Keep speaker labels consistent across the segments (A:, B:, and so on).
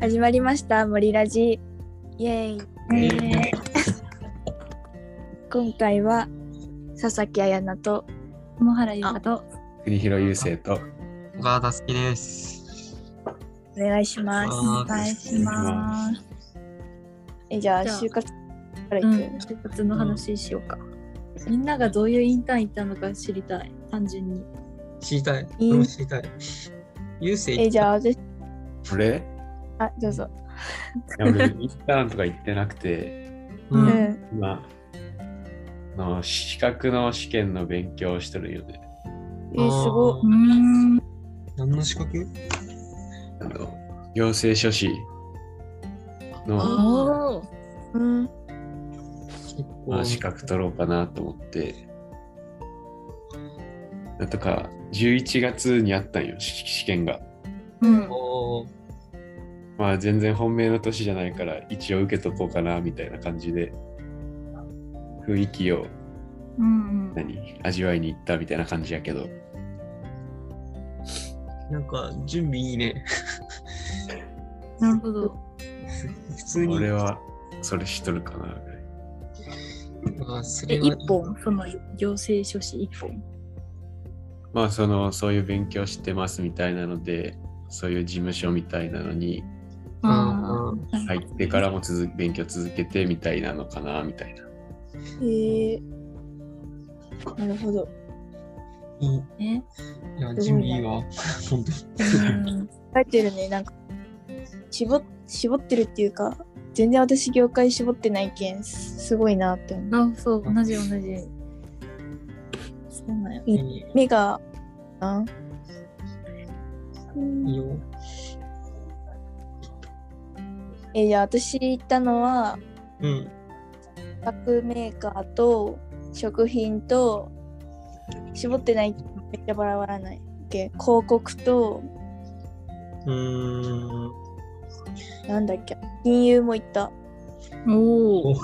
A: 始まりました森ラジイエーイ今回は佐々木彩奈と
B: 友原ゆかと
C: 国広優生と
D: 小川たすきです。
A: お願いします
D: お願い
B: し。
C: ます
A: えじゃあ
B: じゃあ
A: 就活から
B: う
A: 行
B: ん
A: く、、
B: 就活の話しようか。みんながどういうインターン行ったのか知りたい。単純に。
D: 知りたい。
A: いい
D: 俺も知りたい。ゆうせ
A: え
D: い、
A: じゃあ私
C: 俺
A: あどうぞ
C: 俺インターンとか行ってなくて
D: う、
A: うんん
C: 今あの資格の試験の勉強をしてるよね
A: えーすごっ
D: あー
B: ん。
D: 何の資格
C: あの行政書士の
D: あ
B: おお。
A: うん
D: 結構
C: まあ、資格取ろうかなと思ってなんとか11月にあったんよし試験が
B: うん。
D: おー
C: まあ全然本命の年じゃないから一応受けとこうかなみたいな感じで雰囲気を
B: うん。
C: 何味わいに行ったみたいな感じやけど
D: なんか準備いいね。
B: なるほど。
D: 普通に。
C: 俺はそれしとるかな
D: あーそ
B: え、
D: れは
B: 一本、その行政書士一本。
C: まあそのそういう勉強してますみたいなのでそういう事務所みたいなのに
D: あ
B: あー
C: 入ってか。らも続き勉強続けてみたいなのかなみたいな
A: えー、なるほど
D: ーいい。
B: ね。
D: いや、準備いいわ。本当に。
B: うん
A: 書いてるねなんか絞っ絞ってるっていうか全然私業界絞ってないけんすすごいなって思う
B: あ、そう、同じ同じ。そうなんよ。
A: い
D: い
A: 目があ
D: いいいよ。
A: えじゃあ私行ったのは
D: うん。
A: 化学メーカーと食品と絞ってないめっちゃバラバラないけん広告と
D: うーん。
A: なんだっけ金融も行った
B: お
D: お
B: お。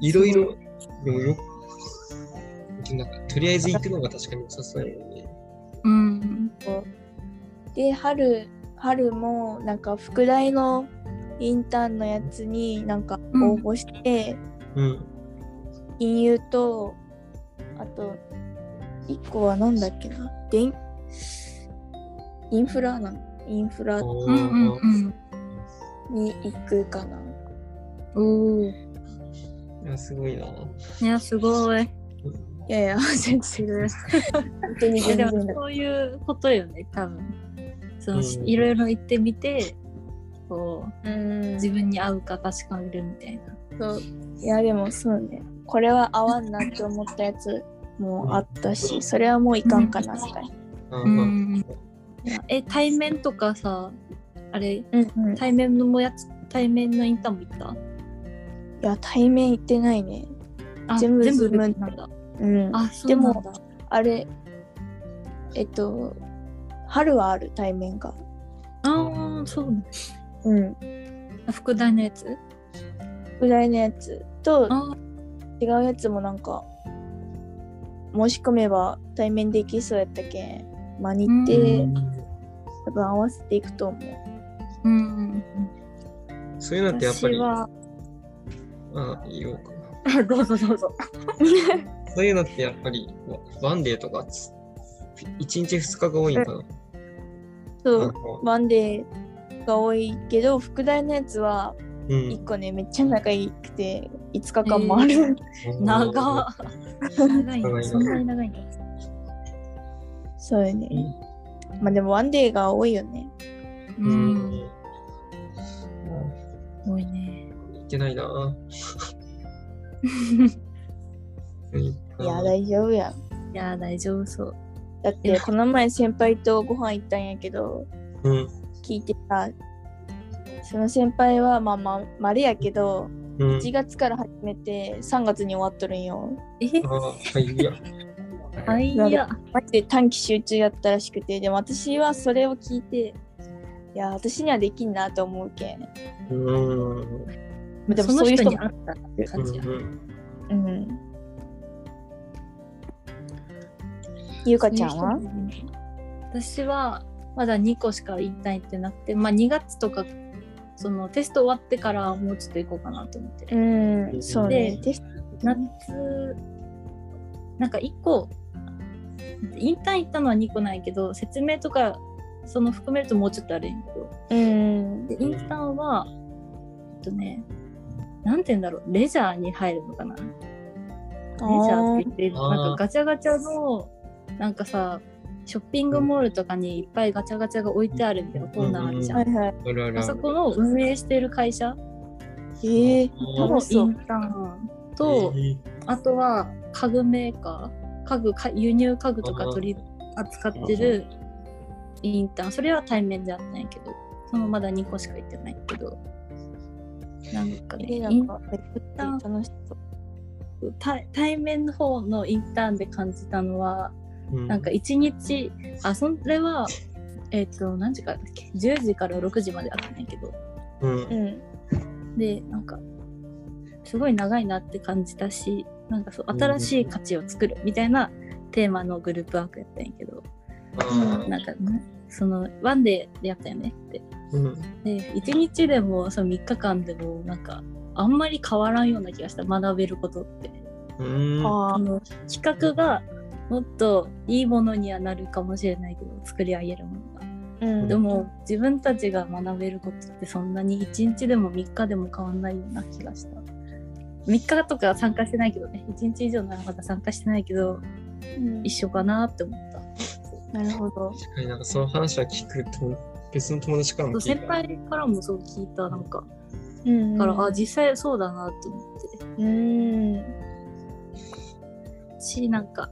D: いろいろ。でもよなんかとりあえず行くのが確かに良さそうやもんね。
B: うん。
A: で春春もなんか副大のインターンのやつになんか応募して、
D: うん。
A: 金融とあと1個は何だっけな電インフラなのインフラ
D: お
B: うんうん
D: ー
B: うん。
A: に行くかな
B: おお。
D: いや、すごいな。
B: いや、すごい。
A: いやい や全然本当に
B: いや
A: 全
B: で
A: 然
B: も
A: だ
B: そういうことよね多分その、
D: うん
B: いろいろ行ってみてこ う
A: うん
B: 自分に合うか確かめるみたいな
A: そういやでもそうねこれは合わんなって思ったやつもあったしそれはもういかんかなみたいな
D: う
B: うん
D: ん。
B: え対面とかさあれ
A: うんうんい
B: 対面のもやつ対面のインターンも行っ
A: や対面行ってないね
B: たあ
A: 全部
B: 全部
A: Zoom
B: 別なんだ
A: うんあ
B: あそうなんだ
A: れえっと春はある対面が
B: ああそうなん
A: うん
B: だ副題のやつ
A: ぐらいのやつと
B: あ
A: 違うやつもなんか申し込めば対面できそうやったけんまあ日
B: う
A: 程
D: うん
A: 多分合わせていくと思う
B: うん
D: そういうのってやっぱ
B: 私
D: り、あ
B: は
D: いいよかな。
B: あどうぞどうぞ
D: そういうのってやっぱり、ワワンデーとかつ、1日2日が多いんかな。
A: そ
D: なん
A: う
D: か
A: ワンデーが多いけど副題のやつは
D: う
A: 1
D: ん。
A: 個ねめっちゃ仲良くて5日間もある、
B: えー長っ長
D: 長
B: い
D: いな
B: なそんなに長いんだ
A: そうよね
D: うん
A: まあでもワンデーが多いよね
B: う
D: うんん。
B: 多いね
D: 行ってないな。
A: いや大丈夫や
B: いやー大丈夫そう
A: だってこの前先輩とご飯行ったんやけど
D: うん。
A: 聞いてたその先輩はまあまあまれやけど
D: うん。
A: 1月から始めて3月に終わっとるんよ。
B: え
D: ああ、はい、いや。
B: あいや
A: マジで短期集中やったらしくてでも私はそれを聞いていや私にはできんなと思うけん。
D: うん。うん
A: でも
B: その
A: そういう
B: 人
A: 人
B: に
A: も
B: 会ったって感じや
A: うん。ゆうかちゃんは
B: 私はまだ2個しかインターン行ってなくて、まあ、2月とかそのテスト終わってからもうちょっと行こうかなと思ってる、
A: うん、そうね。テスト
B: 夏なんか1個インターン行ったのは2個ないけど説明とかその含めるともうちょっとあれやけど
A: うん。
B: でインターンはえっとねなんて言うんだろうレジャーに入るのかなレジャーって言って
D: あー
B: なんかガチャガチャのなんかさショッピングモールとかにいっぱいガチャガチャが置いてあるみたいなコーナーあるじゃん、
A: はいは
D: あるあるある
B: あそこの運営している会社
A: い。ええ
D: あ
A: 楽
B: の
A: し
B: イ
A: そう
B: ンターンと、
D: えー
B: あとは家具メーカー家具か輸入家具とか取り扱ってるインターンそれは対面であったんやけどそのまだ2個しか行ってないけどなんかね
A: えな
B: イ
A: ん
B: ン
A: か、めっちゃ楽しそう。
B: 対対面の方のインターンで感じたのは
D: うん
B: なんか1日あそれはえっ、と何時からだっけ10時から6時まであったんやけど
D: うん
A: うん。
B: でなんかすごい長いなって感じたしなんかそう新しい価値を作るみたいなテーマのグループワークやったんやけど
D: あ
B: なんかねそのワンデーでやったよねって
D: ーうん
B: で1日でもその3日間でもなんかあんまり変わらんような気がした学べることって
D: うん
A: あ
B: あ
A: あ、
B: の企画がもっといいものにはなるかもしれないけど作り上げるものが
A: うん。
B: でも自分たちが学べることってそんなに1日でも3日でも変わんないような気がした3日とか参加してないけどね1日以上ならまだ参加してないけど
A: うん
B: 一緒かなって思った
A: なるほど。
D: 確かになんかその話は聞くと別の友達からも
B: そう
D: 聞い
B: 先
D: た
B: 輩からもそう聞いたなんか
A: うん。
B: だから、あ実際そうだなと思って
A: うん。
B: しなんか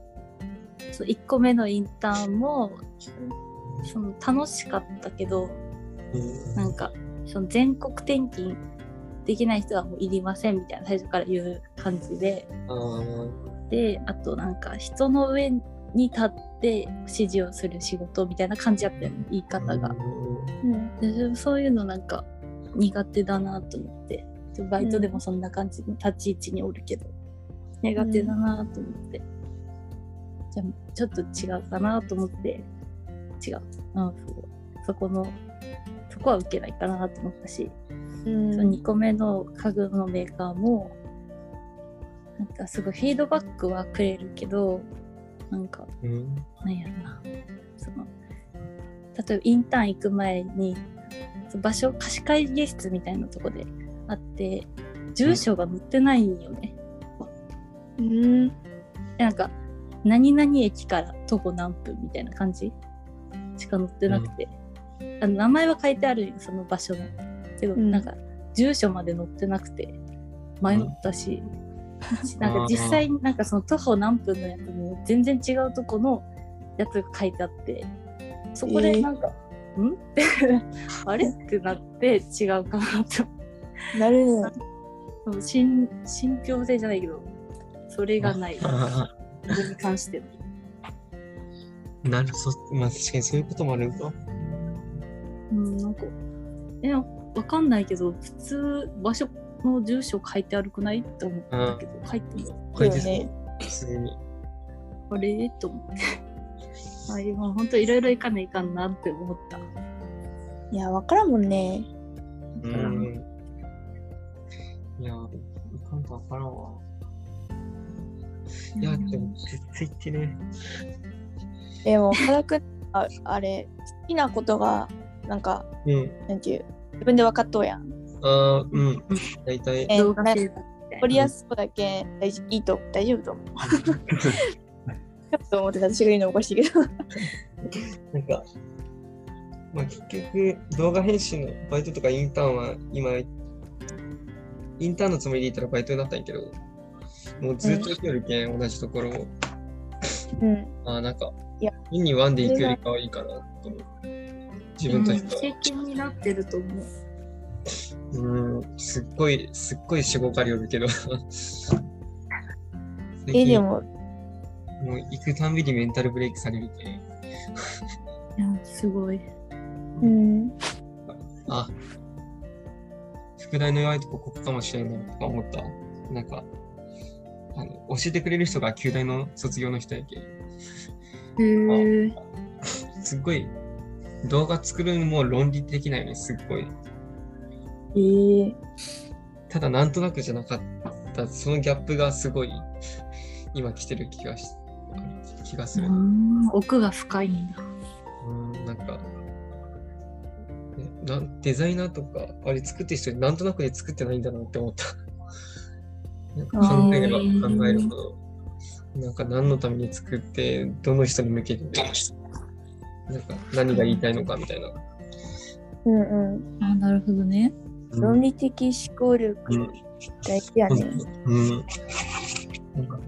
B: そう1個目のインターンもその楽しかったけど
D: うん
B: なんかその全国転勤できない人はもういりませんみたいな最初から言う感じで
D: あー
B: であとなんか人の上に立って指示をする仕事みたいな感じだったよね言い方が
A: うん。
B: でそういうのなんか苦手だなと思ってでバイトでもそんな感じ、立ち位置におるけど苦手だなと思って、じゃあちょっと違うかなと思って違ううんそうそこのそこは受けないかなと思ったし、
A: うん。
B: その2個目の家具のメーカーもなんかすごいフィードバックはくれるけどなんか
D: うん
B: なんやろなその例えばインターン行く前にその場所貸し会議室みたいなとこであって住所が載ってないんよね、
A: うん。
B: でなんか何々駅から徒歩何分みたいな感じしか載ってなくて、あの名前は書いてあるよその場所のけど、
A: うん
B: なんか住所まで載ってなくて迷ったし、
D: ん
B: なんか実際になんかその徒歩何分のやつも全然違うとこのやつが書いてあってそこでなんか、ん ってあれってなって違うかなと
A: なるね。
B: その信信憑性じゃないけどそれがない
D: あ
B: それに関しての
D: ーなるそうまあ確かにそういうこともあるか
B: うん、なんか、え、わかんないけど、普通、場所の住所書いてあるくないって思ったけど、書いてない。
D: これで
A: よ
D: すね
A: ね。
D: 普通に
B: あれと思って。あれも本当いろいろ行かないかんなって思った。
A: いや、わからんもんね。
D: うんいやなんかわからんわいやでも絶対行ってね
A: でも、岡田くん、ああれ、好きなことが、なんか、
D: うん
A: なんていう、自分で分かっとうやん。
D: あーうん大体
A: え
B: 動画
A: なんか
B: 制作みたい
A: 取りやすそうだけん、大事いいと、大丈夫と 思う。ちょっと思ってた私が言うのおかしいけど。
D: なんか、まあ、結局、動画編集のバイトとかインターンは今、インターンのつもりでいたらバイトになったんやけど、もうずっと行くよりけん、同じところを、
A: うん。
D: あーなんか
A: いや、
D: ミニワンで行くよりかはいいかなと思う。自分として
B: な。
D: は
B: 経験になってると思う。。
D: うん、すっごい、すっごい仕事借りよるけど。最 近
A: え、でも、
D: もう行くたんびにメンタルブレイクされるけん。
B: いや、すごい。
A: うん。
D: あ、宿題の弱いとこここかもしれないとか思った。なんか、あの教えてくれる人が旧大の卒業の人やけん。
B: へえ。
D: すっごい動画作るのも論理的なよね、すっごい。
B: えー、
D: ただなんとなくじゃなかった、そのギャップがすごい今来てる気がし気がする。
B: うん奥が深いんだ。
D: うん、なんか、ねなデザイナーとか、あれ作ってる人になんとなくで作ってないんだなって思った。なんか考えれば
B: あー
D: 考えるほど、なんか何のために作って、どの人に向けて、なんか何が言いたいのかみたいな。
A: うんうん。
B: あなるほどね。
A: 論理的思考力
D: うん
A: 大事やね。
D: うん。なんか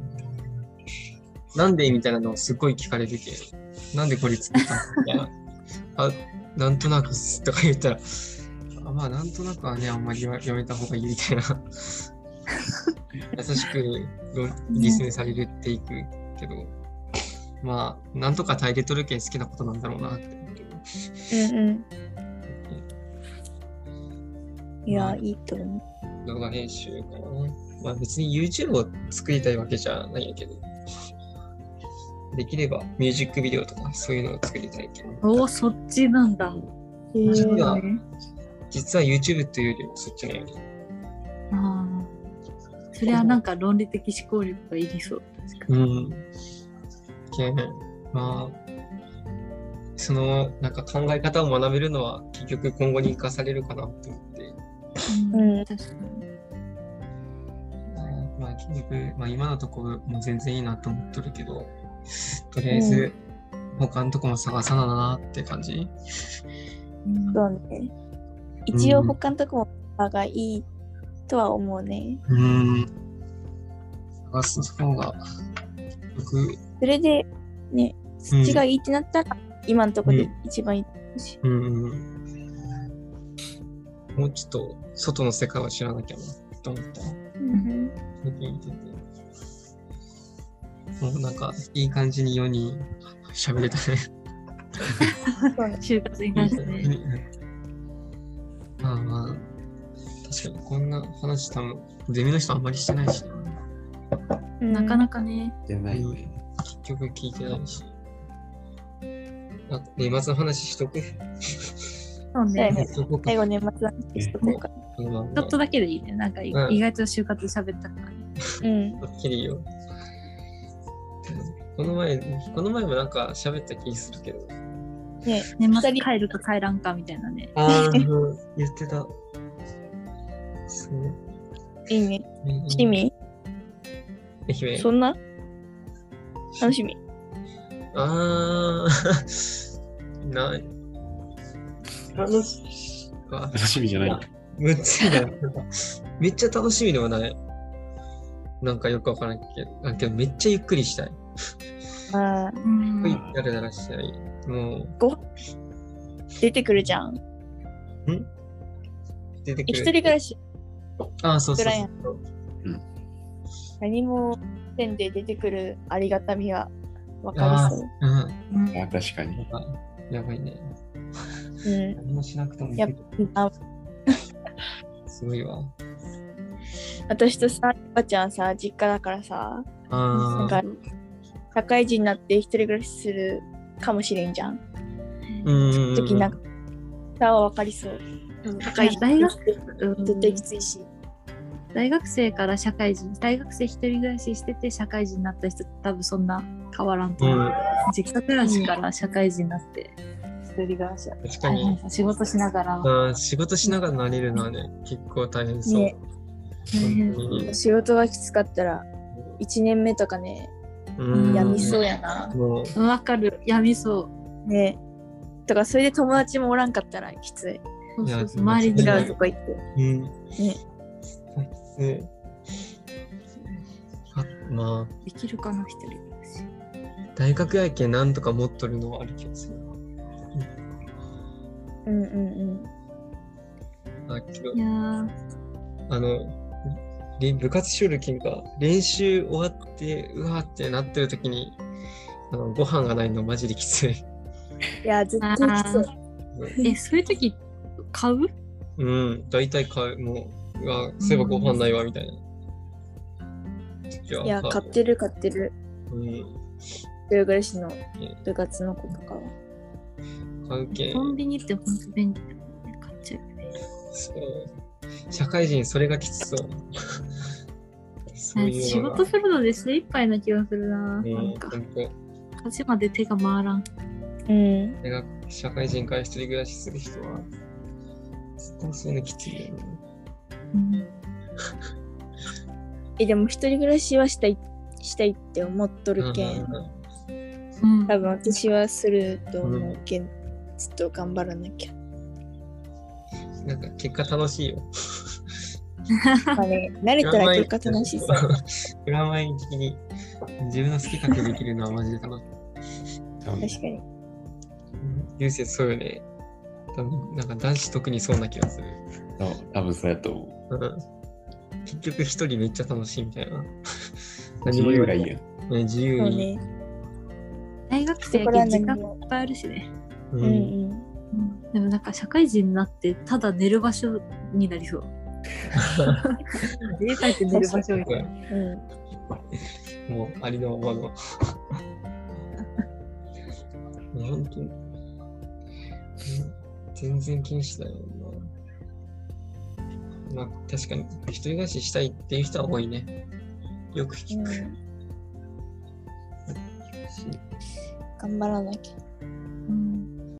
D: なんでみたいなのをすごい聞かれるけど、なんでこれ作ったのみたい な。あ、なんとなくっすとか言ったら、あまあなんとなくはね、あんまり言わやめた方がいいみたいな。優しくろリスネされるっていくけど、まあ、なんとか耐えれとるけん好きなことなんだろうなって。
A: うんうん。い
D: まあ
A: や、いいと思
D: 動画編集かな。まあ別に YouTube を作りたいわけじゃないんやけど、できればミュージックビデオとかそういうのを作りたいけど、
B: おお、そっちなんだ。
A: う。
D: ん
A: え
D: 実
A: ー
D: は実は YouTube というよりもそっちのより。
B: あーそれはなんか論理的思考力がいりそう。確かに。
D: ん。けん、まあ、そのなんか考え方を学べるのは結局今後に生かされるかなと思って。
B: うん
A: うん
B: 確かに。
D: まあ結局、まあ、今のところも全然いいなと思っとるけど、とりあえず他のとこも探さななって感じ。
B: うん
A: そうね。一応他のとこもがいいとは思うね。
D: うん。探す方が、僕、
A: それでね、そっちがいいってなったら、今のとこで一番いいし。
D: うん。もうちょっと、外の世界を知らなきゃな、と思った。
A: うん
D: 最近見てて。もうなんか、いい感じに世に喋れたね。
B: 就活に関してね。
D: まあまあ、確かにこんな話多分、ゼミの人あんまりしてないしな、
A: うん
B: なかなかね。
C: じゃないね。
D: 結局聞いてないし。あ、年末の話しとく。
B: そう
A: だよね
B: ね。
D: しとこうか
A: 最後年末の話しとこうか。
B: ちょっとだけでいいね。なんかい
D: うん
B: 意外と就活喋ったからね。
A: うん。
D: はっきり言うよ。この前、この前もなんか喋った気するけど。
A: ね
B: 年末帰るか帰らんかみたいなね。
D: ああ、言ってた。そう。
A: いいね。
D: 趣
A: 趣。味
D: 愛媛。
A: そんな楽しみ。
D: ああ、 ない。楽しい。わ
C: 楽しみじゃない。
D: むっついだ。めっちゃ楽しみではない。なんかよくわからんけど、あけどめっちゃゆっくりしたい。
A: ああ、
B: うん
D: ゆっくりだらだらしたい。もう、
A: 出てくるじゃん。
D: 出て
A: え
D: く
A: 一
D: る。
A: 人暮らし、
D: ああ、そうそう
A: ぐらいや
D: そう。
A: 何もせんで出てくるありがたみが分かり
D: うん。
B: うん
C: あ確かに。
D: やばいね。
A: そう。うん。
D: 何もしなくてもいい
A: やっあ
D: すごいわ。
A: 私とさ、ばあちゃんさ、実家だからさ、なん
D: あ
A: か
D: あ。
A: 社会人になって一人暮らしするかもしれんじゃん。
D: うん
A: 時なんか、さは分かりそう。社会人
B: 大学
A: うん絶対きついし。
B: 大学生から社会人大学生一人暮らししてて社会人になった人って多分そんな変わらんと
D: う
B: 思う、
D: ん。
B: 実家暮らしから社会人になって一人暮らしは
D: 確か
B: 大変
D: に。
B: さ仕事しながら
D: ああ、仕事しながらなれるのはね、結構大変そう。
A: ね
B: 大変
D: 本当に
A: 仕事がきつかったら、1年目とかね、
D: うん
A: やみそうやな。
D: もう、
B: わかるやみそう
A: ね。とか、それで友達もおらんかったらきつい。
B: そうそうそう
D: いや
B: 周りに
A: 違
B: が
A: うとこ行って。
D: うん。ね。あまあ、
B: できるかな一人暮らし
D: 大学やけんなんとか持っとるのはある気がするな。
A: うんうん
D: あけど
B: いやー
D: あの、れ部活しよるけんか、練習終わって、うわーってなってる時に、あのご飯がないのマジできつい。
A: うん。いや、絶対きつい。
B: えそういう時買う
D: うん、大体買う、もう、うわ、そういえばご飯ないわ、みたいな。じゃ
A: いや、買ってる買ってる。
D: うん。
A: 一人暮らしの部活の子とかは。
D: 買うけん
B: コ。ンビニって本当便利だもんね買っちゃうよね
D: そう社会人、それがきつそう。そうい
B: 仕
D: うのが。
B: 事するので精一杯な気がするな、
D: うん、
B: なんか
D: 本当
B: 家事まで手が回らん
A: うん。
D: 俺が社会人から一人暮らしする人は、絶対そういうのきついよね。
B: うん
A: え、でも一人暮らしはしたい、したいって思っとるけん。
D: う
B: うん
A: 多分私はすると思うけん、ちょっと頑張らなきゃ。
D: んなんか結果楽しいよ。
A: まあね、慣れたら結果楽しそう。
D: プラマイ的に自分の好き勝手できるのはマジで楽しい。
A: 確かに。
D: 流星そうよね。多分なんか男子特にそうな気がする。
C: そう多分そうやと思
D: うん結局一人めっちゃ楽しいみたいな。
C: う。自由
D: わ
C: が
D: れ
C: い
D: て
C: いよ。
D: ね自由
A: そう
D: に。
A: ね。
B: 大学生
A: そ
B: や
A: こ
B: け
A: ら
B: ん時
A: 辺
B: 間い
A: も。
B: っぱいあるしね、
D: う
A: うん
D: ん
A: うん。
B: でもなんか社会人になってただ寝る場所になりそう家帰って寝る場所みたいな
A: うん。
D: もうありのままの。ね本当に。ね全然気にしないもんな。まあ確かに、一人暮らししたいっていう人は多いね。よく聞くし。
A: 頑張らなきゃ。